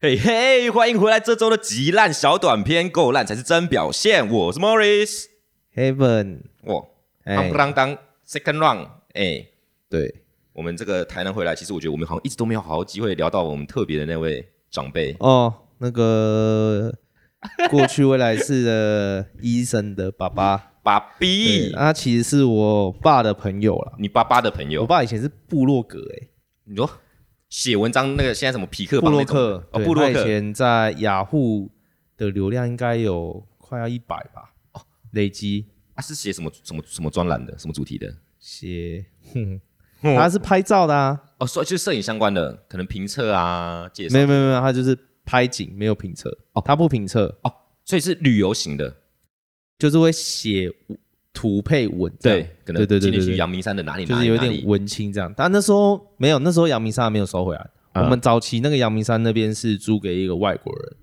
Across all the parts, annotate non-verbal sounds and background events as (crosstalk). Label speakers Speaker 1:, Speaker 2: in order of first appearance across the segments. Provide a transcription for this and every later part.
Speaker 1: 嘿嘿，欢迎回来！这周的极烂小短片，够烂才是真表现。我是 Morris，
Speaker 2: Heaven，
Speaker 1: 我
Speaker 2: 哎
Speaker 1: 当不啷当 Second Round，哎、
Speaker 2: 对，
Speaker 1: 我们这个台南回来，其实我觉得我们好像一直都没有好好机会聊到我们特别的那位长辈。
Speaker 2: 哦，那个
Speaker 1: (laughs)
Speaker 2: 过去未来式的医生的爸爸，
Speaker 1: 爸
Speaker 2: 对
Speaker 1: 比，
Speaker 2: 他其实是我爸的朋友啦。
Speaker 1: 你爸爸的朋
Speaker 2: 我
Speaker 1: 友，
Speaker 2: 爸以前是部落格诶、
Speaker 1: 你说写文章那个现在什么匹克
Speaker 2: 布
Speaker 1: 帮
Speaker 2: 洛
Speaker 1: 那种
Speaker 2: 克，
Speaker 1: 哦，
Speaker 2: 对
Speaker 1: 布洛
Speaker 2: 他以
Speaker 1: 克
Speaker 2: 前在雅虎的流量应该有快要一百吧，
Speaker 1: 哦
Speaker 2: 累积
Speaker 1: 他、啊是写什么什么什么专栏的，什么主题的？
Speaker 2: 写，哼他是拍照的啊，
Speaker 1: 哦，所以就是摄影相关的，可能评测啊，介绍
Speaker 2: 没有没有没有，他就是拍景，没有评测，
Speaker 1: 哦
Speaker 2: 他不评测，
Speaker 1: 哦，所以是旅游型的，
Speaker 2: 就是会写图配文这样，
Speaker 1: 对，可能
Speaker 2: 对对
Speaker 1: 请你
Speaker 2: 对对
Speaker 1: 去
Speaker 2: 对
Speaker 1: 阳明山的哪里
Speaker 2: 就
Speaker 1: 哪
Speaker 2: 是
Speaker 1: 里
Speaker 2: 有
Speaker 1: 哪
Speaker 2: 点
Speaker 1: 里，
Speaker 2: 文青这样。但那时候没有，那时候阳明山还没有收回来。
Speaker 1: 嗯
Speaker 2: 我们早期那个阳明山那边是租给一个外国人，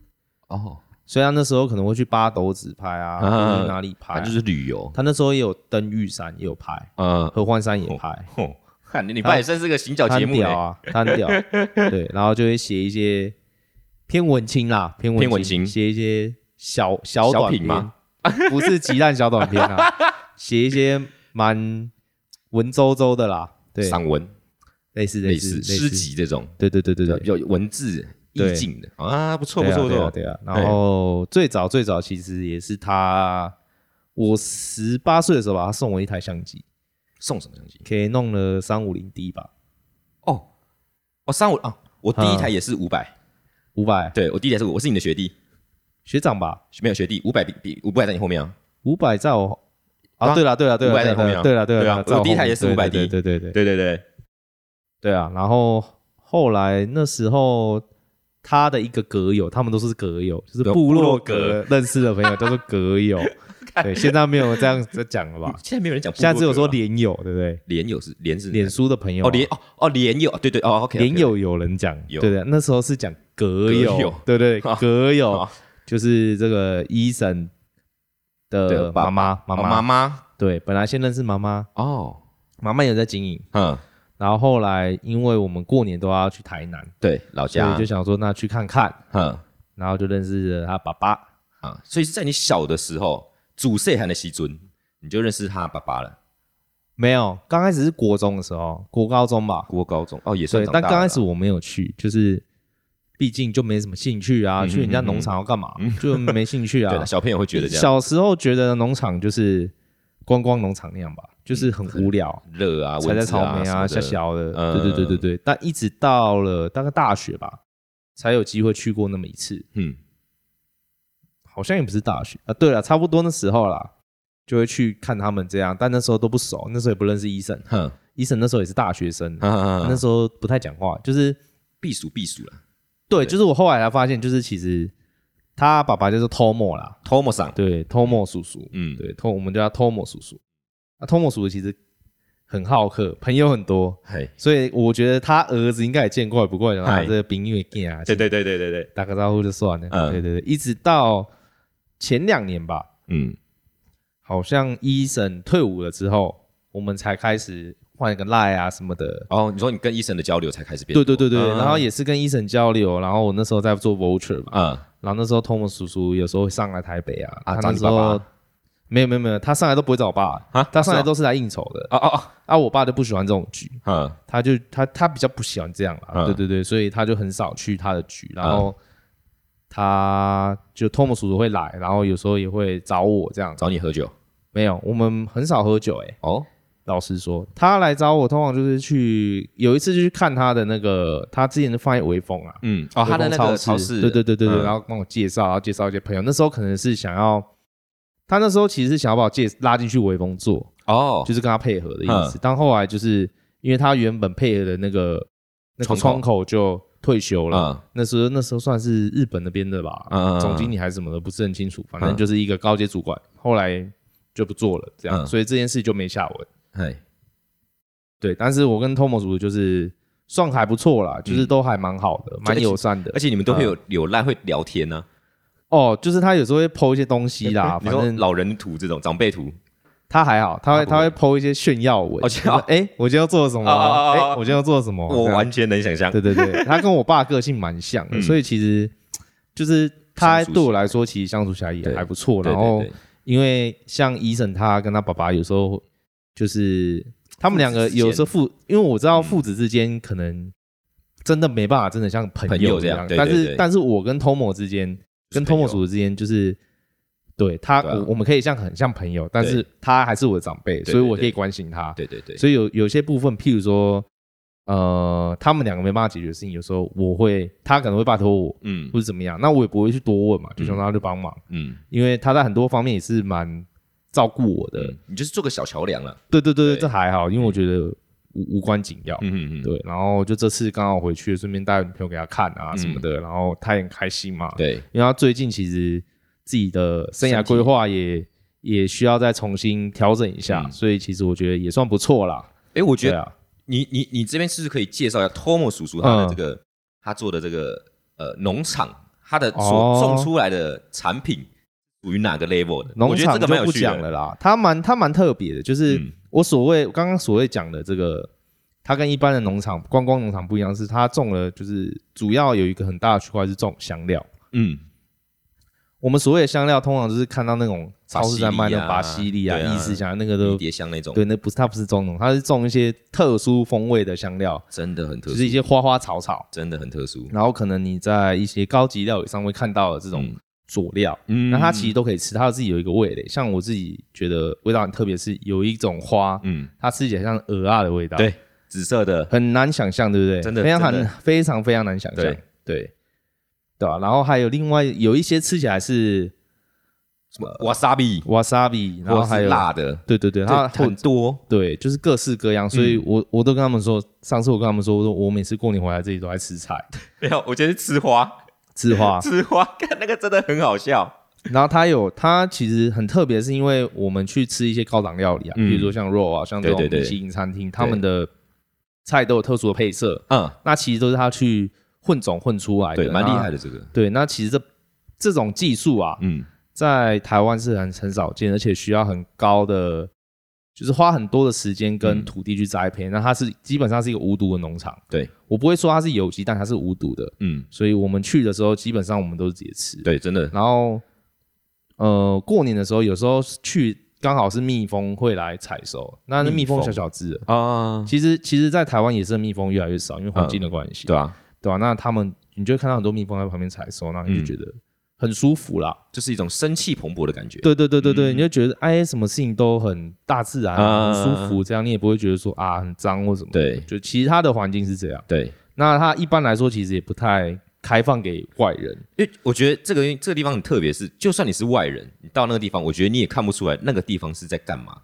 Speaker 1: 哦，
Speaker 2: 所以他那时候可能会去八斗子拍啊，
Speaker 1: 嗯
Speaker 2: 或者去哪里拍
Speaker 1: 反
Speaker 2: 啊、
Speaker 1: 正就是旅游，
Speaker 2: 他那时候也有登玉山，也有拍
Speaker 1: 呃，
Speaker 2: 合欢山也拍，
Speaker 1: 吼，哦看你你爸也算是个行脚
Speaker 2: 他
Speaker 1: 节
Speaker 2: 很
Speaker 1: 目嘞
Speaker 2: 屌，啊，他
Speaker 1: (laughs)
Speaker 2: 很屌。对，然后就会写一些偏文青啦，偏文
Speaker 1: 偏文青
Speaker 2: 写一些小小
Speaker 1: 小
Speaker 2: 短
Speaker 1: 品
Speaker 2: 片
Speaker 1: 吗，
Speaker 2: 不是极烂小短片
Speaker 1: (laughs)
Speaker 2: 啊，写一些蛮文绉绉的啦，对，
Speaker 1: 散文
Speaker 2: 类似
Speaker 1: 类
Speaker 2: 似
Speaker 1: 似
Speaker 2: 类
Speaker 1: 诗，集这种，
Speaker 2: 对对对对对
Speaker 1: 比，较有文字意
Speaker 2: 对
Speaker 1: 境的啊，不错不
Speaker 2: 对啊
Speaker 1: 错不
Speaker 2: 对啊
Speaker 1: 错，
Speaker 2: 对啊。然后最早最早其实也是他，我十八岁的时候吧，他送我一台相机，
Speaker 1: 送什么东西？
Speaker 2: 可以弄了三五零 D 吧，
Speaker 1: 哦，我三五啊，我第一
Speaker 2: 嗯
Speaker 1: 台也是五百，
Speaker 2: 五百
Speaker 1: 对我第一台是我是你的学弟，
Speaker 2: 学长吧，
Speaker 1: 没有学弟，五百比比五百在你后面啊，
Speaker 2: 五百在我啊，
Speaker 1: 啊
Speaker 2: 对了对了对了，
Speaker 1: 500在后面啊
Speaker 2: 对了对
Speaker 1: 对啊
Speaker 2: 了，在我
Speaker 1: 我第一台
Speaker 2: 后面
Speaker 1: 也是
Speaker 2: 对
Speaker 1: 500
Speaker 2: 对
Speaker 1: D
Speaker 2: 对对对对
Speaker 1: 对对对，
Speaker 2: 对啊。然后后来那时候。他的一个格友，他们都是格友，就是
Speaker 1: 对
Speaker 2: 部
Speaker 1: (laughs) 部落
Speaker 2: 落
Speaker 1: 格
Speaker 2: 格认识的朋友叫做格
Speaker 1: (laughs)
Speaker 2: 友。对，现在没有这样子讲了吧？
Speaker 1: 现在没有人讲部落格
Speaker 2: 现
Speaker 1: 了，
Speaker 2: 在只有说连友，对不对？
Speaker 1: 连友是连是
Speaker 2: 脸书的朋友
Speaker 1: 哦连哦哦连友，对对哦 OK
Speaker 2: 连友有人讲，
Speaker 1: 有
Speaker 2: 对对，那时候是讲格友
Speaker 1: 格友，
Speaker 2: 对对
Speaker 1: 啊，
Speaker 2: 格友
Speaker 1: (laughs) 啊
Speaker 2: 就是这个医生
Speaker 1: 的
Speaker 2: 的
Speaker 1: 爸
Speaker 2: 妈妈，妈
Speaker 1: 妈
Speaker 2: 妈，
Speaker 1: 妈
Speaker 2: 对，本来先认识妈妈，
Speaker 1: 哦，
Speaker 2: 妈妈也在经营，
Speaker 1: 嗯
Speaker 2: 然后后来因为我们过年都要去台南，
Speaker 1: 对老
Speaker 2: 所以
Speaker 1: 家
Speaker 2: 就想说那去看看，
Speaker 1: 嗯
Speaker 2: 然后就认识了他爸爸。
Speaker 1: 啊，所以是在你小的时候，祖岁还的西尊，你就认识他爸爸了。
Speaker 2: 没有，刚开始是国中的时候，国高中吧，
Speaker 1: 国高中哦，也算
Speaker 2: 对，
Speaker 1: 长大
Speaker 2: 但
Speaker 1: 了
Speaker 2: 刚开始我没有去，就是毕竟就没什么兴趣啊，
Speaker 1: 嗯
Speaker 2: 去人家农场要干嘛，就没兴趣
Speaker 1: 啦 (laughs) 对
Speaker 2: 啊
Speaker 1: 啦，。小朋友会觉得这样
Speaker 2: 小时候觉得农场就是观光农场那样吧，就是很无聊，
Speaker 1: 热啊，
Speaker 2: 采
Speaker 1: 嗯蚊
Speaker 2: 采
Speaker 1: 子
Speaker 2: 草莓啊，
Speaker 1: 啊，
Speaker 2: 小小的，
Speaker 1: 嗯
Speaker 2: 对对对对对。但一直到了大概大学吧，才有机会去过那么一次，
Speaker 1: 嗯，
Speaker 2: 好像也不是大学啊。对了，差不多那时候啦，就会去看他们这样，但那时候都不熟，那时候也不认识医生，
Speaker 1: 哼，
Speaker 2: 医生那时候也是大学生，
Speaker 1: 嗯
Speaker 2: 那
Speaker 1: 那
Speaker 2: 时候不太讲话，就是
Speaker 1: 避暑避暑了。
Speaker 2: 对，就是我后来才发现，就是其实他爸爸就是 Tomo 啦，
Speaker 1: Tomo 上，
Speaker 2: 对，Tomo 叔叔，
Speaker 1: 嗯，
Speaker 2: 对，托我们叫他托莫叔叔。那托莫叔叔其实很好客，朋友很多，
Speaker 1: 嘿，
Speaker 2: 所以我觉得他儿子应该也见怪不怪了
Speaker 1: 嗨
Speaker 2: 啦。这个冰月 g
Speaker 1: (laughs)
Speaker 2: 啊，
Speaker 1: 对对对对对对，
Speaker 2: 打个招呼就算了。
Speaker 1: 嗯
Speaker 2: 对对对，一直到前两年吧，
Speaker 1: 嗯，
Speaker 2: 好像医生退伍了之后，我们才开始换一个赖啊什么的。
Speaker 1: 哦，你说你跟医生的交流才开始变
Speaker 2: 对
Speaker 1: 多，
Speaker 2: 对对对，
Speaker 1: 嗯
Speaker 2: 然后也是跟医生交流，然后我那时候在做 Vulture 嘛，
Speaker 1: 啊
Speaker 2: 然后那时候托莫叔叔有时候会上来台北啊，
Speaker 1: 啊
Speaker 2: 他
Speaker 1: 找
Speaker 2: 那
Speaker 1: 你
Speaker 2: 时
Speaker 1: 爸爸
Speaker 2: 候没有没有没有，他上来都不会找我爸，
Speaker 1: 啊，
Speaker 2: 他上来
Speaker 1: 是哦
Speaker 2: 都是来应酬的。
Speaker 1: 哦哦
Speaker 2: 啊，我爸就不喜欢这种局，
Speaker 1: 哦，嗯
Speaker 2: 他就他他比较不喜欢这样啦，
Speaker 1: 嗯
Speaker 2: 对对对，所以他就很少去他的局，然后他就托姆叔叔会来，然后有时候也会找我这样，
Speaker 1: 找你喝酒
Speaker 2: 没有，我们很少喝酒诶、欸
Speaker 1: 哦，
Speaker 2: 老实说，他来找我通常就是去有一次就去看他的那个，他之前就放在微风啊，
Speaker 1: 嗯，哦，他的那
Speaker 2: 微风
Speaker 1: 个超市，
Speaker 2: 对对对对对，
Speaker 1: 嗯
Speaker 2: 然后帮我介绍，然后介绍一些朋友，那时候可能是想要。他那时候其实是想要把我介拉进去微风做，
Speaker 1: 哦，
Speaker 2: 就是跟他配合的意思。但后来就是因为他原本配合的那个那
Speaker 1: 窗口
Speaker 2: 个窗口就退休了，
Speaker 1: 嗯
Speaker 2: 那时候那时候算是日本那边的吧，
Speaker 1: 嗯嗯嗯
Speaker 2: 总经理还是什么的，不是很清楚。反
Speaker 1: 嗯
Speaker 2: 正就是一个高阶主管，后来就不做了，这样，
Speaker 1: 嗯
Speaker 2: 所以这件事就没下文。
Speaker 1: 嘿，
Speaker 2: 对，但是我跟 Tomo 组就是算还不错啦，就是都还蛮好的，蛮、友善的
Speaker 1: 嗯而。且你们都会
Speaker 2: 嗯
Speaker 1: 有有烂会聊天呢，
Speaker 2: 哦，就是他有时候会剖一些东西啦，
Speaker 1: 哎你
Speaker 2: 反
Speaker 1: 说
Speaker 2: 正
Speaker 1: 老人图这种长辈图，
Speaker 2: 他还好，他
Speaker 1: 他
Speaker 2: 会
Speaker 1: 不
Speaker 2: 他
Speaker 1: 会
Speaker 2: 会 PO 一些炫耀文，
Speaker 1: 哦
Speaker 2: 就
Speaker 1: 炫
Speaker 2: 是
Speaker 1: 耀
Speaker 2: 哎，我今天要做什么
Speaker 1: 哦哦
Speaker 2: 啊？
Speaker 1: 哦哦
Speaker 2: 哎，我今天要做什么啊？
Speaker 1: 我
Speaker 2: 这样
Speaker 1: 完全能想象。
Speaker 2: 对对对，他跟我爸个性蛮像的，
Speaker 1: 嗯
Speaker 2: 所以其实就是他
Speaker 1: 相处起来
Speaker 2: 对我来说，其实相处起来也
Speaker 1: 对
Speaker 2: 还不错。
Speaker 1: 对
Speaker 2: 然
Speaker 1: 对
Speaker 2: 后
Speaker 1: 对，
Speaker 2: 因为像医生他跟他爸爸有时候就是他们两个有时候父，因为我知道父子之间可能真的没办法真的像朋
Speaker 1: 朋友
Speaker 2: 友
Speaker 1: 这
Speaker 2: 这
Speaker 1: 样
Speaker 2: 样，
Speaker 1: 对
Speaker 2: 但
Speaker 1: 对
Speaker 2: 是
Speaker 1: 对
Speaker 2: 但是我跟 Tomo 之间，跟
Speaker 1: 朋
Speaker 2: Tomo
Speaker 1: 友
Speaker 2: 叔之间就是。对他，
Speaker 1: 对啊
Speaker 2: 我我们可以像很像朋友，但
Speaker 1: 对
Speaker 2: 是他还是我的长辈，
Speaker 1: 对
Speaker 2: 所以
Speaker 1: 对
Speaker 2: 我可以
Speaker 1: 对
Speaker 2: 关心他。
Speaker 1: 对对对，
Speaker 2: 所以有有些部分，譬如说，呃，他们两个没办法解决的事情，有时候我会，他可能会拜托我，
Speaker 1: 嗯
Speaker 2: 或者怎么样，那我也不会去多问嘛，就想让他去帮忙，
Speaker 1: 嗯
Speaker 2: 因为他在很多方面也是蛮照顾我的。
Speaker 1: 嗯，你就是做个小桥梁了。
Speaker 2: 对对对
Speaker 1: 对
Speaker 2: 对，这还好，因为我觉得无无关紧要。
Speaker 1: 嗯嗯嗯，
Speaker 2: 对，然后就这次刚好回去，顺便带女朋友给他看啊
Speaker 1: 嗯
Speaker 2: 什么的，然后他也很开心嘛，
Speaker 1: 对
Speaker 2: 因为他最近其实自己的生涯规划也也需要再重新调整一下，
Speaker 1: 嗯
Speaker 2: 所以其实我觉得也算不错啦。
Speaker 1: 哎，我觉
Speaker 2: 对
Speaker 1: 得
Speaker 2: 啊，
Speaker 1: 你你你这边是不是可以介绍一下 Tomo 叔叔他的
Speaker 2: 嗯
Speaker 1: 这个他做的这个呃农场，他的所
Speaker 2: 哦
Speaker 1: 种出来的产品属于哪个 level 的？
Speaker 2: 农
Speaker 1: 我觉得这
Speaker 2: 场
Speaker 1: 个
Speaker 2: 就
Speaker 1: 蛮有
Speaker 2: 不
Speaker 1: 趣的
Speaker 2: 讲了啦，它蛮它蛮特别的，就是
Speaker 1: 嗯
Speaker 2: 我所谓刚刚所谓讲的这个，它跟一般的农场观光农场不一样，是它种了就是主要有一个很大的区块是种香料。
Speaker 1: 嗯，
Speaker 2: 我们所谓的香料，通常就是看到那种超市在卖那种
Speaker 1: 巴
Speaker 2: 巴
Speaker 1: 西
Speaker 2: 西
Speaker 1: 利
Speaker 2: 利
Speaker 1: 啊
Speaker 2: 啊、
Speaker 1: 对啊
Speaker 2: 意式香料，那个都
Speaker 1: 迭香那种，
Speaker 2: 对，那不是它不是种农，它是种一些特殊风味的香料，
Speaker 1: 真的很特
Speaker 2: 就
Speaker 1: 殊，
Speaker 2: 是一些花花草草，
Speaker 1: 真的很特殊。
Speaker 2: 然后可能你在一些高级料理上会看到的这种
Speaker 1: 嗯
Speaker 2: 佐料。
Speaker 1: 嗯
Speaker 2: 那它其实都可以吃，它自己有一个味蕾。像我自己觉得味道很特别，是有一种花，
Speaker 1: 嗯，
Speaker 2: 它吃起来像鹅啊的味道，
Speaker 1: 对，紫色的，
Speaker 2: 很难想象，对不对？
Speaker 1: 真的
Speaker 2: 非常
Speaker 1: 真
Speaker 2: 难
Speaker 1: 的，
Speaker 2: 非常非常难想象，
Speaker 1: 对
Speaker 2: 对对啊。然后还有另外有一些吃起来是
Speaker 1: 什么 wasabi，
Speaker 2: wasabi，然
Speaker 1: 或
Speaker 2: 后
Speaker 1: 者
Speaker 2: 还
Speaker 1: 是
Speaker 2: 有，
Speaker 1: 辣的，
Speaker 2: 对对对，它
Speaker 1: 它很多，
Speaker 2: 对就是各式各样。所
Speaker 1: 嗯
Speaker 2: 以我我都跟他们说，上次我跟他们说，我说我每次过年回来这里都在吃菜
Speaker 1: 没有，我觉得是吃花，
Speaker 2: 吃花，
Speaker 1: 吃花， (laughs) 看那个真的很好笑。
Speaker 2: 然后它有它其实很特别，是因为我们去吃一些高档料理啊，
Speaker 1: 嗯
Speaker 2: 比如说像肉啊，像这种
Speaker 1: 对对对
Speaker 2: 米其林餐厅，他们的菜都有特殊的配色，
Speaker 1: 嗯，
Speaker 2: 那其实都是他去混种混出来的，
Speaker 1: 对，蛮厉害
Speaker 2: 的。
Speaker 1: 的这个，
Speaker 2: 对，那其实这这种技术啊，
Speaker 1: 嗯，
Speaker 2: 在台湾是很很少见，而且需要很高的，就是花很多的时间
Speaker 1: 嗯
Speaker 2: 跟土地去栽培。那它是基本上是一个无毒的农场，
Speaker 1: 对
Speaker 2: 我不会说它是有机，但它是无毒的，
Speaker 1: 嗯，
Speaker 2: 所以我们去的时候基本上我们都是直接吃。
Speaker 1: 对，真的，
Speaker 2: 然后呃，过年的时候有时候去刚好是蜜蜂会来采收，那那
Speaker 1: 蜜
Speaker 2: 蜜蜂
Speaker 1: 蜂
Speaker 2: 小小只的，
Speaker 1: 啊，
Speaker 2: 其实其实，在台湾也是蜜蜂越来越少，因为环境的关系，
Speaker 1: 对啊，
Speaker 2: 对吧、那他们你就会看到很多蜜蜂在旁边采收，然后你就觉得很舒服啦。
Speaker 1: 就是一种生气蓬勃的感觉。
Speaker 2: 嗯对对对对对，你就觉得哎，什么事情都很大自然、
Speaker 1: 啊
Speaker 2: 很舒服，这样你也不会觉得说啊很脏或什么。，
Speaker 1: 对
Speaker 2: 就其他的环境是这样。
Speaker 1: 对，
Speaker 2: 那它一般来说其实也不太开放给外人。
Speaker 1: 因为我觉得这个这个地方很特别，是就算你是外人，你到那个地方，我觉得你也看不出来那个地方是在干嘛。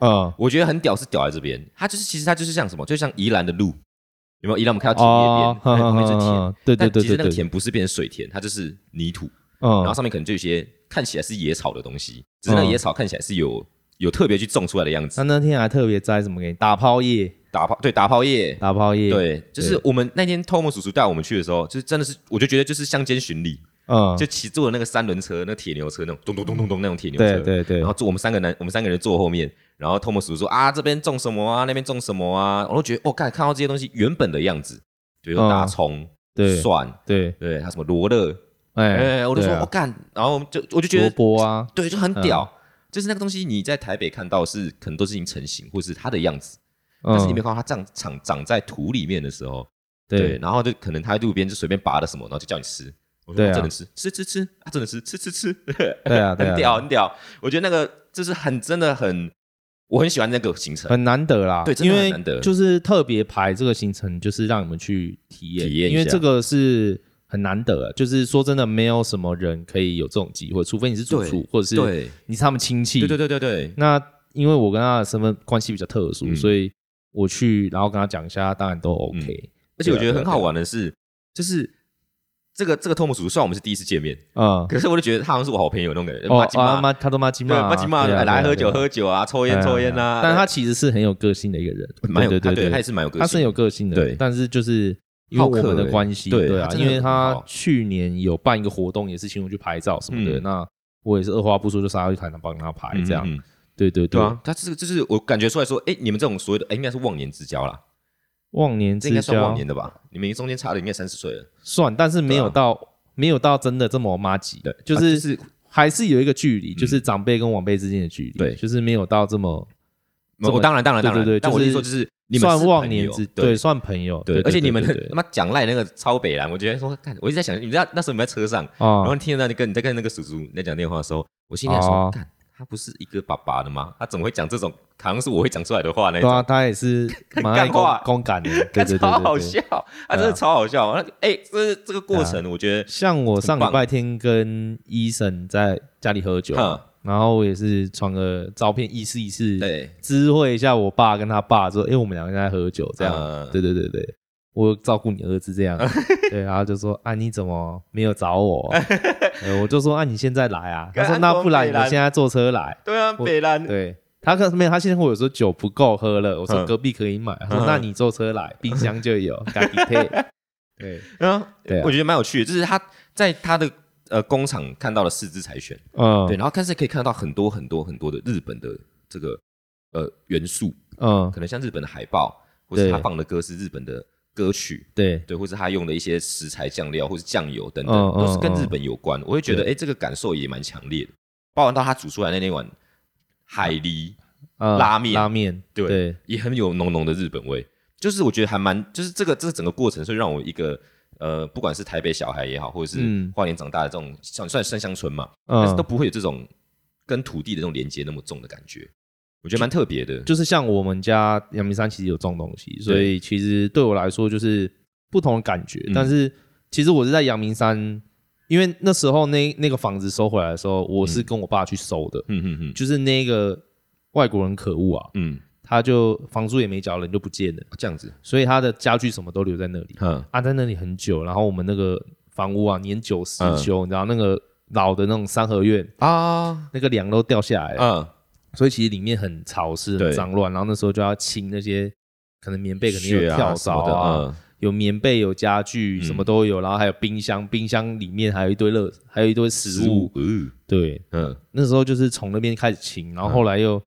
Speaker 2: 嗯，
Speaker 1: 我觉得很屌是屌在这边，它就是其实它就是像什么，就像宜兰的路，有没有？宜兰我们看到
Speaker 2: (laughs) 哦
Speaker 1: 田野边，旁边是田，
Speaker 2: 嗯嗯嗯对对
Speaker 1: 但
Speaker 2: 对
Speaker 1: 其实
Speaker 2: 对
Speaker 1: 那个
Speaker 2: 对，
Speaker 1: 田不是变成水田，它就是泥土，然后
Speaker 2: 嗯，
Speaker 1: 上面可能就有一些看起来是野草的东西，只是那个野草看起来是有有特别去种出来的样子
Speaker 2: 他。哦那天还特别摘什么给你打泡叶，
Speaker 1: 打炮对打炮叶，
Speaker 2: 打泡叶，，
Speaker 1: 对，就是我们那天 Tom 叔叔带我们去的时候，就是真的是我就觉得就是乡间巡礼，
Speaker 2: 嗯，
Speaker 1: 就骑坐那个三轮车，那铁牛车那种咚咚咚咚咚那种铁牛
Speaker 2: 对
Speaker 1: 车，
Speaker 2: 对对
Speaker 1: 然，后坐我们三个男，我们三个人坐后面，然后 Tom 叔叔说啊，这边种什么啊，那边种什么啊，我都觉得我看、看到这些东西原本的样子，比如说
Speaker 2: 嗯
Speaker 1: 大葱、
Speaker 2: 对
Speaker 1: 蒜，
Speaker 2: 对，
Speaker 1: 对，还有什么罗勒，
Speaker 2: 哎
Speaker 1: 哎、我都
Speaker 2: 对
Speaker 1: 说我
Speaker 2: 啊
Speaker 1: 干、然后就我就觉
Speaker 2: 萝
Speaker 1: 得
Speaker 2: 卜啊，
Speaker 1: 对，就很屌。就是那个东西，你在台北看到是可能都是已经成型，或是它的样子，但是你没
Speaker 2: 嗯
Speaker 1: 有看到它长长长在土里面的时候，对，
Speaker 2: 对
Speaker 1: 然后就可能他在路边就随便拔了什么，然后就叫你吃。我说
Speaker 2: 对
Speaker 1: 我
Speaker 2: 啊
Speaker 1: 真的吃，吃吃吃，啊，真的吃，吃吃吃，
Speaker 2: (laughs) 对啊，对
Speaker 1: (laughs) 很
Speaker 2: 啊
Speaker 1: 屌很屌。我觉得那个就是很真的很，我很喜欢那个行程
Speaker 2: 很难得啦，
Speaker 1: 对真的
Speaker 2: 因
Speaker 1: 很
Speaker 2: 为
Speaker 1: 难得
Speaker 2: 就是特别排这个行程，就是让你们去体验，
Speaker 1: 体验一
Speaker 2: 因为
Speaker 1: 下
Speaker 2: 这个是很难得的，就是说真的，没有什么人可以有这种机会，除非你是主
Speaker 1: 对
Speaker 2: 厨，或者是
Speaker 1: 对
Speaker 2: 你是他们亲戚。
Speaker 1: 对对对对对，
Speaker 2: 那因为我跟他的身份关系比较特殊，
Speaker 1: 嗯
Speaker 2: 所以我去，然后跟他讲一下，当然都 OK。
Speaker 1: 嗯而且我
Speaker 2: 对啊
Speaker 1: 觉得
Speaker 2: 对
Speaker 1: 很
Speaker 2: 啊
Speaker 1: 好玩的是，就是这个这个托姆叔叔，虽然我们是第一次见面，
Speaker 2: 嗯，
Speaker 1: 可是我就觉得他好像是我好朋友那种感觉，
Speaker 2: 哦
Speaker 1: 马吉
Speaker 2: 啊，
Speaker 1: 马，
Speaker 2: 妈，他都妈吉
Speaker 1: 对，
Speaker 2: 妈，
Speaker 1: 马吉马
Speaker 2: 对啊
Speaker 1: 来喝酒。
Speaker 2: 对啊对啊
Speaker 1: 喝酒啊，抽
Speaker 2: 对
Speaker 1: 烟
Speaker 2: 啊
Speaker 1: 抽烟
Speaker 2: 对
Speaker 1: 啊，
Speaker 2: 但他其实是很有个性的一个人，
Speaker 1: 蛮有
Speaker 2: 对对
Speaker 1: 他
Speaker 2: 对
Speaker 1: 他也是蛮有个性，
Speaker 2: 他是很有个性的，
Speaker 1: 对
Speaker 2: 但是就是因为我们的关系，
Speaker 1: 好客欸对
Speaker 2: 啊
Speaker 1: 他，真的
Speaker 2: 因为
Speaker 1: 很
Speaker 2: 他
Speaker 1: 好
Speaker 2: 去年有办一个活动，也是请我去拍照什么的，
Speaker 1: 嗯
Speaker 2: 那我也是二话不说就杀去台南帮他拍
Speaker 1: 嗯
Speaker 2: 这样，
Speaker 1: 嗯嗯
Speaker 2: 对对
Speaker 1: 对，啊，他这个就是我感觉出来说，哎，你们这种所谓的，哎，应该是忘年之交啦，
Speaker 2: 忘年
Speaker 1: 这应
Speaker 2: 之
Speaker 1: 该算忘
Speaker 2: 交
Speaker 1: 年的吧？你们中间差了应该三十岁了，
Speaker 2: 算，但是没有
Speaker 1: 对啊
Speaker 2: 到、没有到真的这么妈吉，
Speaker 1: 对
Speaker 2: 就
Speaker 1: 啊
Speaker 2: 是、
Speaker 1: 就是嗯
Speaker 2: 还是有一个距离，就是长辈跟晚辈之间的距离，
Speaker 1: 对
Speaker 2: 就是没有到这么这么
Speaker 1: 我当然当然
Speaker 2: 对
Speaker 1: 当然，
Speaker 2: 对对
Speaker 1: 但我
Speaker 2: 就是
Speaker 1: 意思说就是你们
Speaker 2: 算
Speaker 1: 是
Speaker 2: 忘
Speaker 1: 朋
Speaker 2: 年
Speaker 1: 友
Speaker 2: 之
Speaker 1: 对
Speaker 2: 算朋友，
Speaker 1: 对，而且你们
Speaker 2: 对
Speaker 1: 的
Speaker 2: 对
Speaker 1: 他妈讲赖那个超北蓝，我觉得说，看，我一直在想，你知道那时候你们在车上， (laughs) 然后
Speaker 2: 啊，
Speaker 1: 听到你跟你在跟那个叔叔在讲电话的时候，我心里在说，
Speaker 2: 哦
Speaker 1: 看他不是一个爸爸的吗？他怎么会讲这种好像是我会讲出来的话呢 (laughs)
Speaker 2: 对？啊，他也是蛮爱
Speaker 1: 干
Speaker 2: 公
Speaker 1: 话 (laughs)
Speaker 2: 公感的，对
Speaker 1: 看
Speaker 2: 对对
Speaker 1: 超好
Speaker 2: 对
Speaker 1: 笑 (laughs)
Speaker 2: 对。，啊
Speaker 1: 他真的超好笑。那哎，这这个过程，我觉得，
Speaker 2: 像我上礼
Speaker 1: 很棒
Speaker 2: 拜天跟医生在家里喝酒
Speaker 1: 哼，
Speaker 2: 然后我也是传个照片意思意思，
Speaker 1: 对，
Speaker 2: 知会一下我爸跟他爸说，哎、我们两个在喝酒这样，
Speaker 1: 嗯
Speaker 2: 啊对对对对，我有照顾你儿子
Speaker 1: (laughs)
Speaker 2: 这样，对，然后就说啊你怎么没有找我？呃我就说啊你现在来啊，他
Speaker 1: 干
Speaker 2: 说
Speaker 1: 安
Speaker 2: 那
Speaker 1: 东
Speaker 2: 不然
Speaker 1: 北
Speaker 2: 你们
Speaker 1: 兰
Speaker 2: 现在坐车来，
Speaker 1: 对啊，
Speaker 2: 我
Speaker 1: 北蓝，
Speaker 2: 对。他可没有，他现在会有说酒不够喝了，我说
Speaker 1: 嗯
Speaker 2: 隔壁可以买，
Speaker 1: 嗯
Speaker 2: 他说那你坐车来，冰箱
Speaker 1: (laughs)
Speaker 2: 就有，赶紧配。对，
Speaker 1: 嗯，
Speaker 2: 对啊
Speaker 1: 我觉得蛮有趣的，就是他在他的呃工厂看到了四只柴犬，
Speaker 2: 嗯
Speaker 1: 对，然后但是可以看到很多很多很多的日本的这个呃元素，
Speaker 2: 嗯，
Speaker 1: 可能像日本的海报，或是
Speaker 2: 对
Speaker 1: 他放的歌是日本的歌曲，
Speaker 2: 对，
Speaker 1: 对，或是他用的一些食材酱料或是酱油等等，
Speaker 2: 嗯嗯
Speaker 1: 都是跟
Speaker 2: 嗯
Speaker 1: 日本有关。我会觉得，哎、这个感受也蛮强烈的。包含到他煮出来的那碗海狸，
Speaker 2: 嗯
Speaker 1: 拉面
Speaker 2: 拉面，
Speaker 1: 对
Speaker 2: 对，
Speaker 1: 也很有浓浓的日本味。就是我觉得还蛮，就是这个这整个过程，所以让我一个呃，不管是台北小孩也好，或者是
Speaker 2: 嗯
Speaker 1: 花莲长大的这种，算算山乡村嘛，但是都
Speaker 2: 嗯，
Speaker 1: 不会有这种跟土地的这种连接那么重的感觉。我觉得蛮特别的，
Speaker 2: 就是像我们家阳明山其实有种东西，所以其实对我来说就是不同的感觉。
Speaker 1: 嗯
Speaker 2: 但是其实我是在阳明山，因为那时候那那个房子收回来的时候，我是跟我爸去收的，
Speaker 1: 嗯嗯嗯
Speaker 2: 就是那个外国人可恶啊，
Speaker 1: 嗯，
Speaker 2: 他就房租也没缴，人就不见了，
Speaker 1: 这样子，
Speaker 2: 所以他的家具什么都留在那里。
Speaker 1: 嗯
Speaker 2: 啊，在那里很久，然后我们那个房屋啊，年久失
Speaker 1: 嗯
Speaker 2: 修，你知道那个老的那种三合院，
Speaker 1: 啊，
Speaker 2: 那个梁都掉下来了，
Speaker 1: 嗯，
Speaker 2: 所以其实里面很潮湿、很
Speaker 1: 对
Speaker 2: 脏乱。然后那时候就要清那些，可能棉被肯定有
Speaker 1: 血啊
Speaker 2: 跳
Speaker 1: 什么
Speaker 2: 蚤
Speaker 1: 的，嗯
Speaker 2: 有棉被、有家具，什么都有。然后还有冰箱，冰箱里面还有一堆垃，还有一堆食物。，
Speaker 1: 嗯
Speaker 2: 对，
Speaker 1: 嗯
Speaker 2: 那时候就是从那边开始清，然后后来又、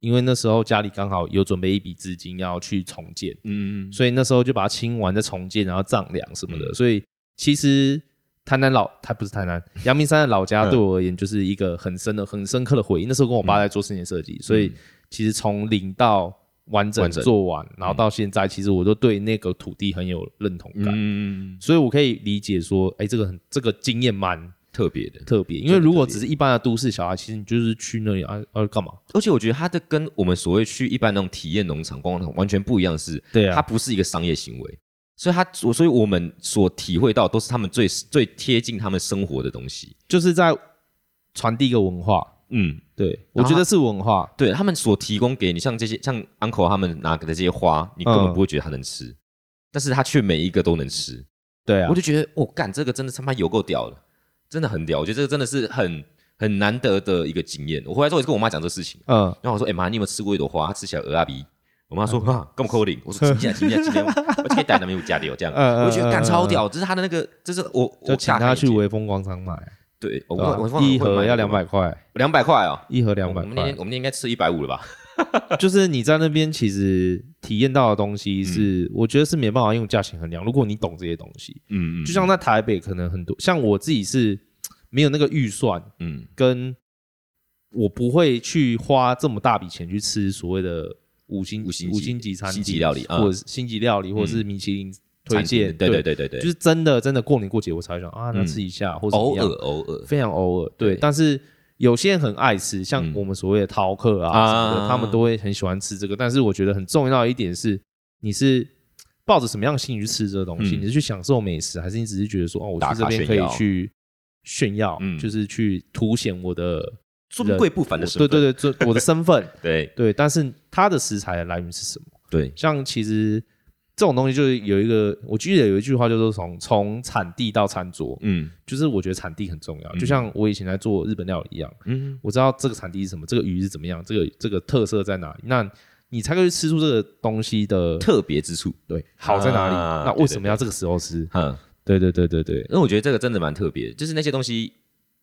Speaker 2: 因为那时候家里刚好有准备一笔资金要去重建，
Speaker 1: 嗯，
Speaker 2: 所以那时候就把它清完再重建，然后丈量什么的。
Speaker 1: 嗯
Speaker 2: 所以其实台南老，他不是台南，阳明山的老家
Speaker 1: 嗯
Speaker 2: 对我而言就是一个很深的、很深刻的回忆。那时候跟我爸在做室内设计，所以其实从零到完整
Speaker 1: 嗯完整嗯
Speaker 2: 做完，然后到现在，其实我都对那个土地很有认同感。
Speaker 1: 嗯，
Speaker 2: 所以，我可以理解说，哎、这个很这个经验蛮
Speaker 1: 特别的，
Speaker 2: 特别，因为如果只是一般的都市小孩，其实你就是去那里啊啊干嘛？
Speaker 1: 而且我觉得它的跟我们所谓去一般那种体验农场、观光农场完全不一样的是，
Speaker 2: 对啊
Speaker 1: 它，不是一个商业行为，所以它所所以我们所体会到都是他们最最贴近他们生活的东西。
Speaker 2: 就是在传递一个文化。
Speaker 1: 嗯，
Speaker 2: 对，我觉得是文化。
Speaker 1: 对他们所提供给你，像这些像 uncle 他们拿给的这些花，你根本
Speaker 2: 嗯
Speaker 1: 不会觉得它能吃，但是它却每一个都能吃，
Speaker 2: 对啊
Speaker 1: 我，就觉得我干、这个真的他妈有够屌的，真的很屌，我觉得这个真的是很很难得的一个经验。我回来之后也是跟我妈讲这个事情。
Speaker 2: 嗯，
Speaker 1: 然后我说：“哎、妈，你有没有吃过一朵花？它吃起来有鹅阿鼻。”我妈说：“啊，干嘛扣零？”我
Speaker 2: (laughs)
Speaker 1: 说：“请进来，请进来，请进来，我可以带男朋友家里有这样。”
Speaker 2: 嗯嗯
Speaker 1: 我就觉得干
Speaker 2: 嗯
Speaker 1: 超屌，这是他的那个，这是我我
Speaker 2: 就请
Speaker 1: 大开
Speaker 2: 他
Speaker 1: 眼
Speaker 2: 去
Speaker 1: 界
Speaker 2: 威风广场买，
Speaker 1: 对，我
Speaker 2: 对吧
Speaker 1: 我我
Speaker 2: 一盒要两百块，
Speaker 1: 两百块哦，
Speaker 2: 一盒
Speaker 1: 我
Speaker 2: 两百
Speaker 1: 们那天
Speaker 2: 块，
Speaker 1: 我们那天应该吃一百五了吧？
Speaker 2: 就是你在那边其实体验到的东西是，我觉得是没办法用价钱衡量。如果你懂这些东西，
Speaker 1: 嗯
Speaker 2: 就像在台北可能很多，像我自己是没有那个预算，
Speaker 1: 嗯
Speaker 2: 跟我不会去花这么大笔钱去吃所谓的五星
Speaker 1: 五星级
Speaker 2: 五星级餐厅
Speaker 1: 星级料理嗯嗯
Speaker 2: 或者是星级料理，或者是米其林推
Speaker 1: 餐厅
Speaker 2: 荐，
Speaker 1: 对对对对对，
Speaker 2: 就是真的真的过年过节我才会想啊，那
Speaker 1: 嗯
Speaker 2: 吃一下或者
Speaker 1: 偶尔偶尔，
Speaker 2: 非常偶尔，对。
Speaker 1: 对
Speaker 2: 但是有些人很爱吃，像
Speaker 1: 嗯
Speaker 2: 我们所谓的饕客啊
Speaker 1: 啊
Speaker 2: 什么的，他们都会很喜欢吃这个。但是我觉得很重要的一点是，你是抱着什么样的心情去吃这个东西？
Speaker 1: 嗯
Speaker 2: 你是去享受美食，还是你只是觉得说，哦，我
Speaker 1: 打
Speaker 2: 去
Speaker 1: 卡
Speaker 2: 这边可
Speaker 1: 炫
Speaker 2: 以
Speaker 1: 耀
Speaker 2: 去炫耀，
Speaker 1: 嗯
Speaker 2: 就是去凸显我的
Speaker 1: 尊贵不凡的身
Speaker 2: 对
Speaker 1: 份，
Speaker 2: 对对，尊我的身
Speaker 1: (laughs)
Speaker 2: 份，
Speaker 1: 对
Speaker 2: 对。但是它的食材的来源是什么？
Speaker 1: 对
Speaker 2: 像其实这种东西就是有一个，我记得有一句话就是从从产地到餐桌，
Speaker 1: 嗯
Speaker 2: 就是我觉得产地很重要，
Speaker 1: 嗯
Speaker 2: 就像我以前在做日本料理一样，
Speaker 1: 嗯
Speaker 2: 我知道这个产地是什么，这个鱼是怎么样，这个这个特色在哪里，那你才可以吃出这个东西的
Speaker 1: 特别之处，
Speaker 2: 对好在哪里。
Speaker 1: 啊
Speaker 2: 那为什么要这个时候吃？
Speaker 1: 嗯，
Speaker 2: 对对对对对，
Speaker 1: 因为我觉得这个真的蛮特别的，就是那些东西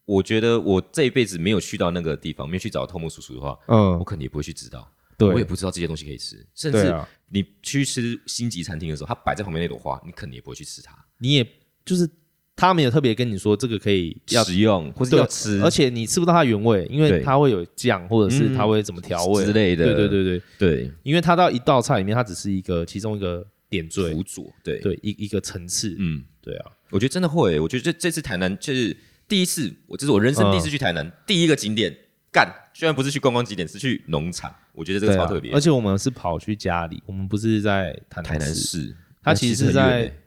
Speaker 1: 我觉得我这一辈子没有去到那个地方，没有去找透木叔叔的话，我
Speaker 2: 嗯，
Speaker 1: 肯定也不会去知道，我也
Speaker 2: 对，
Speaker 1: 不知道这些东西可以吃。甚
Speaker 2: 对
Speaker 1: 至
Speaker 2: 啊，
Speaker 1: 你去吃星级餐厅的时候，它摆在旁边那朵花，你肯定也不会去吃它，
Speaker 2: 你也就是他们有特别跟你说这个可以要
Speaker 1: 食用或是
Speaker 2: 对
Speaker 1: 要吃，
Speaker 2: 而且你吃不到它原味，因为
Speaker 1: 对
Speaker 2: 它会有酱，或者是
Speaker 1: 嗯
Speaker 2: 它会怎么调味啊
Speaker 1: 之类的
Speaker 2: 对对对对，
Speaker 1: 对
Speaker 2: 因为它到一道菜里面，它只是一个其中一个点缀，
Speaker 1: 辅佐，对，
Speaker 2: 对一一个层次。
Speaker 1: 嗯，
Speaker 2: 对啊，
Speaker 1: 我觉得真的会，我觉得这这次台南就是第一次，我这是我人生第一
Speaker 2: 嗯
Speaker 1: 次去台南，第一个景点干，虽然不是去观光景点，是去农场，我觉得这个
Speaker 2: 对啊
Speaker 1: 超特别。
Speaker 2: 而且我们是跑去家里，我们不是在台
Speaker 1: 台南
Speaker 2: 市，
Speaker 1: 市，
Speaker 2: 它其实是
Speaker 1: 很远
Speaker 2: 在
Speaker 1: 欸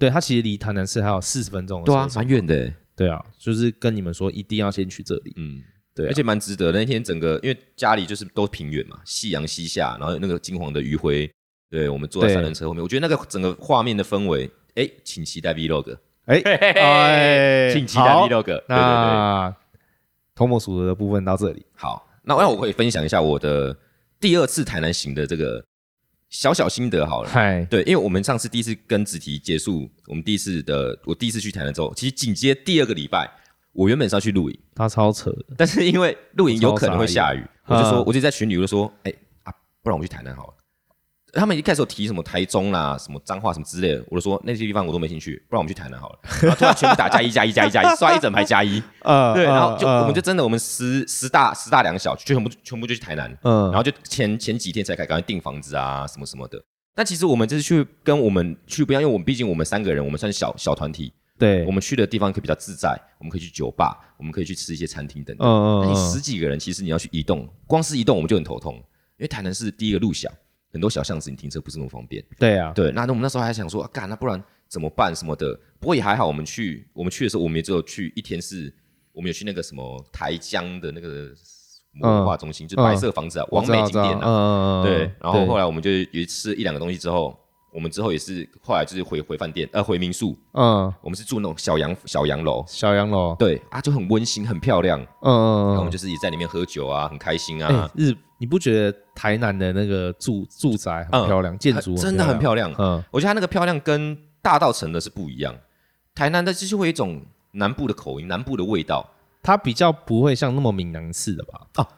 Speaker 2: 对它其实离台南市还有四十分钟的
Speaker 1: 对啊，
Speaker 2: 车程
Speaker 1: 蛮远的欸，
Speaker 2: 对啊，就是跟你们说一定要先去这里。
Speaker 1: 嗯。
Speaker 2: 对啊
Speaker 1: 而且蛮值得。那天整个因为家里就是都平原嘛，夕阳西下，然后有那个金黄的余晖，对我们坐在
Speaker 2: 对
Speaker 1: 三轮车后面，我觉得那个整个画面的氛围，哎，请期待 Vlog，
Speaker 2: 哎
Speaker 1: 哎，请期待
Speaker 2: 好
Speaker 1: Vlog，对对对，
Speaker 2: 那头目鼠的部分到这里，
Speaker 1: 好，那那我会分享一下我的第二次台南行的这个小小心得
Speaker 2: (laughs)
Speaker 1: 好了。
Speaker 2: 嗨，
Speaker 1: 对，因为我们上次第一次跟子提结束，我们第一次的我第一次去台南之后，其实紧接第二个礼拜，我原本是要去露营，
Speaker 2: 它超扯的，
Speaker 1: 但是因为露营有可能会下雨，
Speaker 2: 我
Speaker 1: 我
Speaker 2: 超傻眼
Speaker 1: 就说
Speaker 2: 嗯，
Speaker 1: 我就在群里我就说，哎、啊，不然我去台南好了。他们一开始有提什么台中啦、什么彰化什么之类的，我就说那些地方我都没兴趣，不然我们去台南好了。然后突然全部打加一加一加一加一，刷一整排加
Speaker 2: (laughs)
Speaker 1: 一，
Speaker 2: 呃
Speaker 1: 对，然后就
Speaker 2: 呃
Speaker 1: 我们就真的我们十十大十大两小就全部全部就去台南，
Speaker 2: 嗯
Speaker 1: 然后就前前几天才赶赶快订房子啊什么什么的。但其实我们这次去跟我们去不一样，因为我们毕竟我们三个人，我们算是小小团体，
Speaker 2: 对，
Speaker 1: 我们去的地方可以比较自在，我们可以去酒吧，我们可以去吃一些餐厅等等。
Speaker 2: 嗯
Speaker 1: 那
Speaker 2: 嗯
Speaker 1: 你十几个人，其实你要去移动，光是移动我们就很头痛，因为台南市第一个路小，很多小巷子你停车不是那么方便。
Speaker 2: 对啊，
Speaker 1: 对，那我们那时候还想说，啊干、那不然怎么办什么的。不过也还好，我们去我们去的时候，我们也只有去一天是，我们有去那个什么台江的那个文化中心，就白色房子啊，
Speaker 2: 嗯我
Speaker 1: 完
Speaker 2: 知
Speaker 1: 美
Speaker 2: 道
Speaker 1: 景点
Speaker 2: 知道
Speaker 1: 啊。
Speaker 2: 嗯嗯嗯，
Speaker 1: 对，然后后来我们就也吃一两个东西之后，我们之后也是后来就是回回饭店，呃，回民宿，
Speaker 2: 嗯，
Speaker 1: 我们是住那种小洋小洋楼，
Speaker 2: 小洋楼，
Speaker 1: 对啊，就很温馨，很漂亮。
Speaker 2: 嗯嗯
Speaker 1: 然后我
Speaker 2: 嗯
Speaker 1: 们就是也在里面喝酒啊，很开心
Speaker 2: 哎、
Speaker 1: 啊，
Speaker 2: 日，你不觉得台南的那个住住宅很漂亮，建筑
Speaker 1: 嗯真的很漂亮。
Speaker 2: 亮，嗯，
Speaker 1: 我觉得它那个漂亮跟大道城的是不一样，台南的就是会有一种南部的口音、南部的味道，
Speaker 2: 它比较不会像那么闽南式的吧？对啊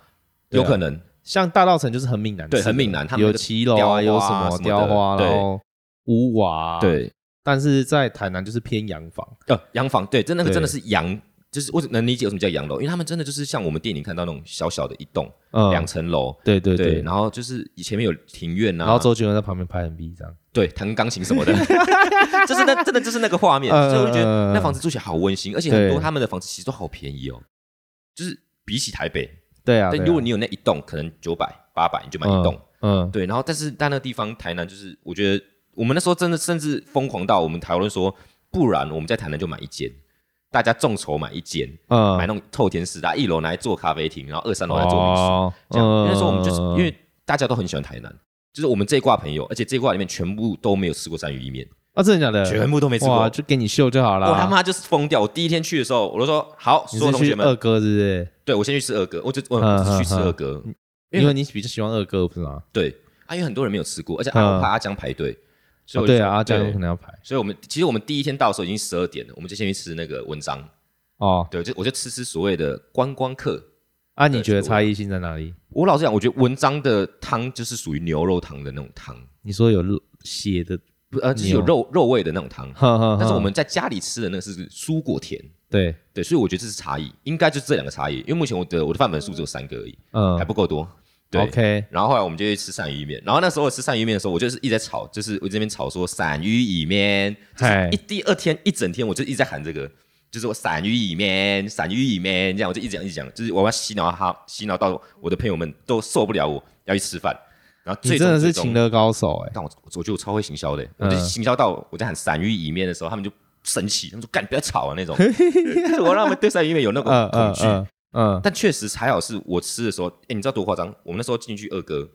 Speaker 1: 有可能
Speaker 2: 像大道城就是很闽南式的，
Speaker 1: 对很闽南他们
Speaker 2: 有
Speaker 1: 的
Speaker 2: 骑楼
Speaker 1: 雕花
Speaker 2: 啊，
Speaker 1: 啊
Speaker 2: 有什么
Speaker 1: 什么的
Speaker 2: 雕花，
Speaker 1: 对
Speaker 2: 然后屋瓦、，啊
Speaker 1: 对，
Speaker 2: 但是在台南就是偏洋房，
Speaker 1: 呃，洋房对，真的那
Speaker 2: 对
Speaker 1: 个真的是洋，就是我只能理解为什么叫洋楼，因为他们真的就是像我们电影看到那种小小的一栋
Speaker 2: 嗯，
Speaker 1: 两层楼，
Speaker 2: 对对
Speaker 1: 对，
Speaker 2: 对，
Speaker 1: 然后就是前面有庭院啊，
Speaker 2: 然后周杰伦在旁边拍 MV 这样，
Speaker 1: 对，弹钢琴什
Speaker 2: (laughs)
Speaker 1: 么的， (laughs) 就是那真的就是那个画面，
Speaker 2: 呃
Speaker 1: 所以我就觉得那房子住起来好温馨，而且
Speaker 2: 对
Speaker 1: 很多他们的房子其实都好便宜哦，就是比起台北，
Speaker 2: 对啊，
Speaker 1: 但
Speaker 2: 对啊
Speaker 1: 如果你有那一栋，可能九百八百你就买一栋，，
Speaker 2: 嗯嗯，
Speaker 1: 对，然后但是但那个地方台南就是，我觉得我们那时候真的甚至疯狂到我们讨论说，不然我们在台南就买一间。大家众筹买一间，
Speaker 2: 嗯
Speaker 1: 买那种透天式的啊，一楼拿来做咖啡厅，然后二三楼来做民宿，
Speaker 2: 哦
Speaker 1: 这
Speaker 2: 嗯
Speaker 1: 样。因为那时候我们就是因为大家都很喜欢台南，就是我们这一挂朋友，而且这一挂里面全部都没有吃过鳝鱼意面，
Speaker 2: 啊，真的假的？
Speaker 1: 全部都没吃
Speaker 2: 哇，
Speaker 1: 过。
Speaker 2: 就给你秀就好啦。
Speaker 1: 我他妈就是疯掉！我第一天去的时候，我就说好，
Speaker 2: 你
Speaker 1: 所有
Speaker 2: 是
Speaker 1: 同
Speaker 2: 去
Speaker 1: 学
Speaker 2: 二
Speaker 1: 们，
Speaker 2: 哥是不是？
Speaker 1: 对我先去吃二哥，我就哦我
Speaker 2: 嗯
Speaker 1: 只去吃
Speaker 2: 嗯嗯
Speaker 1: 二哥，因为
Speaker 2: 因为你比较喜欢二哥不是吗？
Speaker 1: 对，啊，因为很多人没有吃过，而且
Speaker 2: 嗯
Speaker 1: 啊，我怕阿江排队，所以
Speaker 2: 哦
Speaker 1: 我就
Speaker 2: 对啊，阿江有
Speaker 1: 对
Speaker 2: 可能要排
Speaker 1: 所以我们其实我们第一天到的时候已经十二点了，我们就先去吃那个文章，
Speaker 2: 哦。
Speaker 1: 对，就我就吃吃所谓的观光客。
Speaker 2: 啊，你
Speaker 1: 对
Speaker 2: 觉得
Speaker 1: 是
Speaker 2: 差异性在哪里？
Speaker 1: 我老实讲，我觉得文章的汤就是属于牛肉汤的那种汤，
Speaker 2: 你说有肉血
Speaker 1: (laughs)
Speaker 2: 的，
Speaker 1: 不呃，就是有
Speaker 2: 牛嗯
Speaker 1: 肉肉味的那种汤。但
Speaker 2: 但
Speaker 1: 是我们在家里吃的那个是蔬果甜，
Speaker 2: 对，
Speaker 1: 对，所以我觉得这是差异，应该就是这两个差异。因为目前我的我的范本数只有三个而已，
Speaker 2: 嗯
Speaker 1: 还不够多。对
Speaker 2: OK，
Speaker 1: 然后后来我们就去吃鳝鱼意面，然后那时候我吃鳝鱼意面的时候，我就是一直在吵，就是我这边吵说鳝鱼意面，就是
Speaker 2: 嗨
Speaker 1: 一第二天一整天我就一直在喊这个，就是我鳝鱼意面，鳝鱼意面这样，我就一直讲一直讲，就是我要洗脑他，洗脑到我的朋友们都受不了我要去吃饭，然后
Speaker 2: 你
Speaker 1: 最终
Speaker 2: 真的是
Speaker 1: 最终
Speaker 2: 情勒高手
Speaker 1: (laughs)
Speaker 2: 哎。
Speaker 1: 但我我我觉得我超会行销的、我
Speaker 2: 嗯
Speaker 1: 就行销到我在喊鳝鱼意面的时候，
Speaker 2: (laughs)
Speaker 1: 他们就 (laughs) 生气，他们说干不要吵啊那种，就是我让他们对鳝鱼意面有那种
Speaker 2: 嗯
Speaker 1: 恐
Speaker 2: 嗯
Speaker 1: 惧。
Speaker 2: 嗯嗯
Speaker 1: 但确实还好，是我吃的时候，哎、你知道多夸张？我们那时候进去二哥，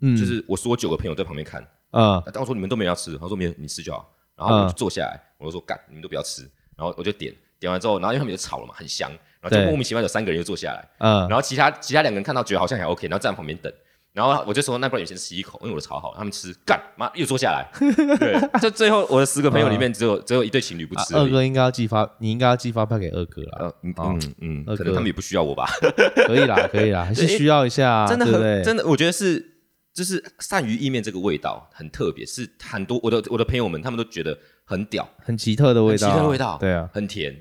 Speaker 2: 嗯，
Speaker 1: 就是我所有九个朋友在旁边看，
Speaker 2: 嗯
Speaker 1: 但我说你们都没有要吃，他说没有，你吃就好。然后我
Speaker 2: 嗯
Speaker 1: 就坐下来，我就说干，你们都不要吃。然后我就点，点完之后，然后因为他们也吵了嘛，很香，然后就
Speaker 2: 对
Speaker 1: 莫名其妙有三个人就坐下来，
Speaker 2: 嗯
Speaker 1: 然后其他其他两个人看到觉得好像还 OK，然后站在旁边等。然后我就说，那不然你先吃一口，因为我的炒好了。他们吃，干妈又坐下
Speaker 2: (laughs)
Speaker 1: 来。对，这最后我的十个朋友里面，只有只有一对情侣不
Speaker 2: 嗯啊
Speaker 1: 吃而
Speaker 2: 二
Speaker 1: 已。
Speaker 2: 哥应该要寄发，你应该要寄发票给二哥啦，
Speaker 1: 呃，嗯
Speaker 2: 哦
Speaker 1: 嗯嗯，
Speaker 2: 二
Speaker 1: 可
Speaker 2: 哥
Speaker 1: 能他们也不需要我吧。
Speaker 2: 可以啦，可以啦，还是
Speaker 1: 呃 (laughs) 对
Speaker 2: 需要一下，
Speaker 1: 真的
Speaker 2: 啊对不
Speaker 1: 很
Speaker 2: 对？
Speaker 1: 真的，我觉得是就是鳝鱼意面这个味道很特别，是很多我的我的朋友们他们都觉得很屌，
Speaker 2: 很奇特的味道，
Speaker 1: 很奇特的味道
Speaker 2: 对啊，
Speaker 1: 很甜。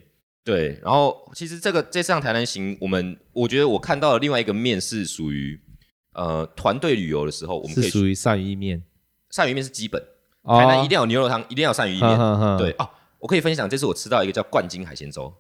Speaker 1: 对，然后其实这个这趟台南行，我们我觉得我看到的另外一个面是属于呃团队旅游的时候，我们可
Speaker 2: 是
Speaker 1: 以去
Speaker 2: 属于哦鳝鱼意面。
Speaker 1: 鳝鱼面是基本，台南一定要有牛肉汤，一定要有鳝鱼意面。
Speaker 2: 面
Speaker 1: 对，哦，我可以分享，这次我吃到一个叫冠金海鲜粥，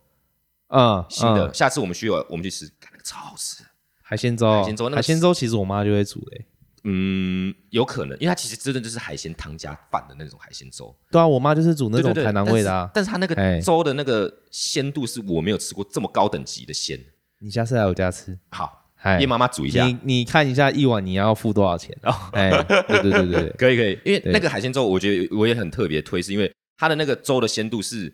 Speaker 2: 嗯，
Speaker 1: 新的，
Speaker 2: 嗯
Speaker 1: 下次我们去我们去吃，干那个超好吃。
Speaker 2: 海鲜粥，
Speaker 1: 海鲜粥那个
Speaker 2: 海鲜粥其实我妈就会煮诶。
Speaker 1: 嗯，有可能，因为它其实真的就是海鲜汤加饭的那种海鲜粥。
Speaker 2: 对啊，我妈就是煮那
Speaker 1: 对
Speaker 2: 种
Speaker 1: 对对
Speaker 2: 台南味的啊。
Speaker 1: 但是但是它那
Speaker 2: 哎
Speaker 1: 个粥的那个鲜度是我没有吃过这么高等级的鲜。
Speaker 2: 你下次来我家吃，
Speaker 1: 好，
Speaker 2: 嗨
Speaker 1: 叶，妈妈煮一下，哦
Speaker 2: 你你看一下一碗你要付多少钱？哎，对对对对，
Speaker 1: 可以可以，因为
Speaker 2: 对
Speaker 1: 那个海鲜粥，我觉得我也很特别推，是因为它的那个粥的鲜度是。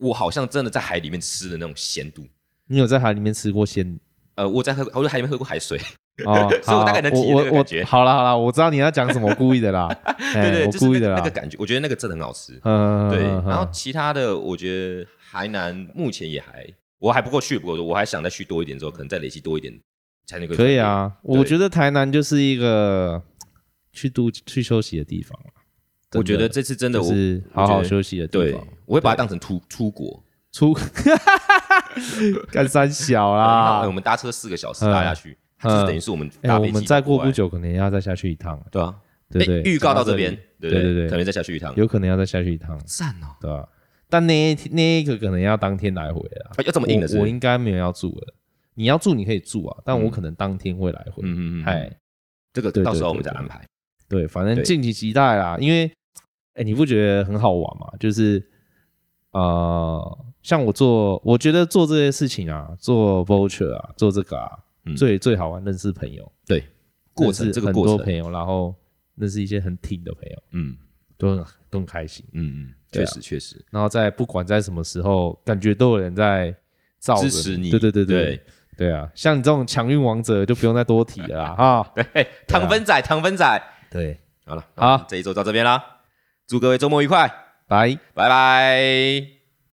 Speaker 1: 我好像真的在海里面吃的那种鲜度，
Speaker 2: 你有在海里面吃
Speaker 1: (laughs)
Speaker 2: 过鲜
Speaker 1: 呃，我在喝，我在海里面喝过海
Speaker 2: (laughs)
Speaker 1: 水，
Speaker 2: 哦？
Speaker 1: 所以我大概能体验
Speaker 2: 我
Speaker 1: 那个
Speaker 2: 我
Speaker 1: 感觉
Speaker 2: 我好了好了，我知道你要讲什么，我故意的
Speaker 1: (laughs)
Speaker 2: 啦。
Speaker 1: 对
Speaker 2: 哎
Speaker 1: (laughs) 对，
Speaker 2: 我
Speaker 1: 就是
Speaker 2: 故
Speaker 1: 那
Speaker 2: 意的
Speaker 1: 个那
Speaker 2: 啦
Speaker 1: 个。感觉，我觉得那个真的很好吃。
Speaker 2: (laughs) 嗯，
Speaker 1: 对，
Speaker 2: 嗯嗯
Speaker 1: 然后其他的我觉得海南目前也还，我还不够去，不过我还想再去多一点之后，可能再累积多一点才能够
Speaker 2: 可以。啊，
Speaker 1: 对
Speaker 2: 我觉得台南就是一个去度去休息的地方啊
Speaker 1: 我觉得
Speaker 2: 真的
Speaker 1: 这次真的
Speaker 2: 就
Speaker 1: 我
Speaker 2: 是好好
Speaker 1: 我觉得
Speaker 2: 休息的地
Speaker 1: 对
Speaker 2: 方。，
Speaker 1: 我会把它当成出出国。
Speaker 2: 出干三小
Speaker 1: (laughs) 啊，我
Speaker 2: 啦，
Speaker 1: 们搭车四个小时
Speaker 2: 嗯
Speaker 1: 搭下去，它就是等于是我们
Speaker 2: 哎，
Speaker 1: 搭
Speaker 2: 我
Speaker 1: 飞
Speaker 2: 们
Speaker 1: 机。
Speaker 2: 再过不，久可能要再下去一趟，
Speaker 1: 对啊，
Speaker 2: 对不
Speaker 1: 哎
Speaker 2: 对？
Speaker 1: 预告到这边
Speaker 2: 讲，
Speaker 1: 对
Speaker 2: 对
Speaker 1: 对
Speaker 2: 对对
Speaker 1: 可能再下去一趟，
Speaker 2: 有可能要再下去一趟，
Speaker 1: 赞哦，
Speaker 2: 对吧？但那一那一个可能要当天来回啦。
Speaker 1: 啊要这么硬的是
Speaker 2: 我
Speaker 1: 不
Speaker 2: 我
Speaker 1: 是，
Speaker 2: 应该没有要住了。你要住你可以住啊，但我
Speaker 1: 嗯
Speaker 2: 可能当天会来回。
Speaker 1: 嗯嗯嗯
Speaker 2: 哎，
Speaker 1: 这个
Speaker 2: 对对
Speaker 1: 到时候我们
Speaker 2: 对
Speaker 1: 再
Speaker 2: 对
Speaker 1: 安排。
Speaker 2: 对，反正
Speaker 1: 对
Speaker 2: 敬请期待啦，因为哎、你不觉得很好玩吗？就是呃，像我做，我觉得做这些事情啊，做 voucher 啊，做这个啊，
Speaker 1: 嗯
Speaker 2: 最最好玩，认识朋友，
Speaker 1: 对，过
Speaker 2: 认
Speaker 1: 程
Speaker 2: 识
Speaker 1: 这个
Speaker 2: 很
Speaker 1: 过
Speaker 2: 多
Speaker 1: 程，
Speaker 2: 朋友，然后认识一些很挺的朋友，
Speaker 1: 嗯
Speaker 2: 都很都很开心。
Speaker 1: 嗯嗯，
Speaker 2: 对
Speaker 1: 确
Speaker 2: 啊
Speaker 1: 实确实
Speaker 2: 然后在不管在什么时候，感觉都有人在罩着
Speaker 1: 支持你，
Speaker 2: 对对对对
Speaker 1: 对 (laughs)
Speaker 2: 对啊！像你这种强运王者就不用再多提了啦哈。
Speaker 1: 对，嘿糖分仔糖分仔，
Speaker 2: 对，
Speaker 1: 好了，那我们
Speaker 2: 啊好
Speaker 1: 这一周到这边啦，祝各位周末愉快，
Speaker 2: 来。
Speaker 1: 拜拜。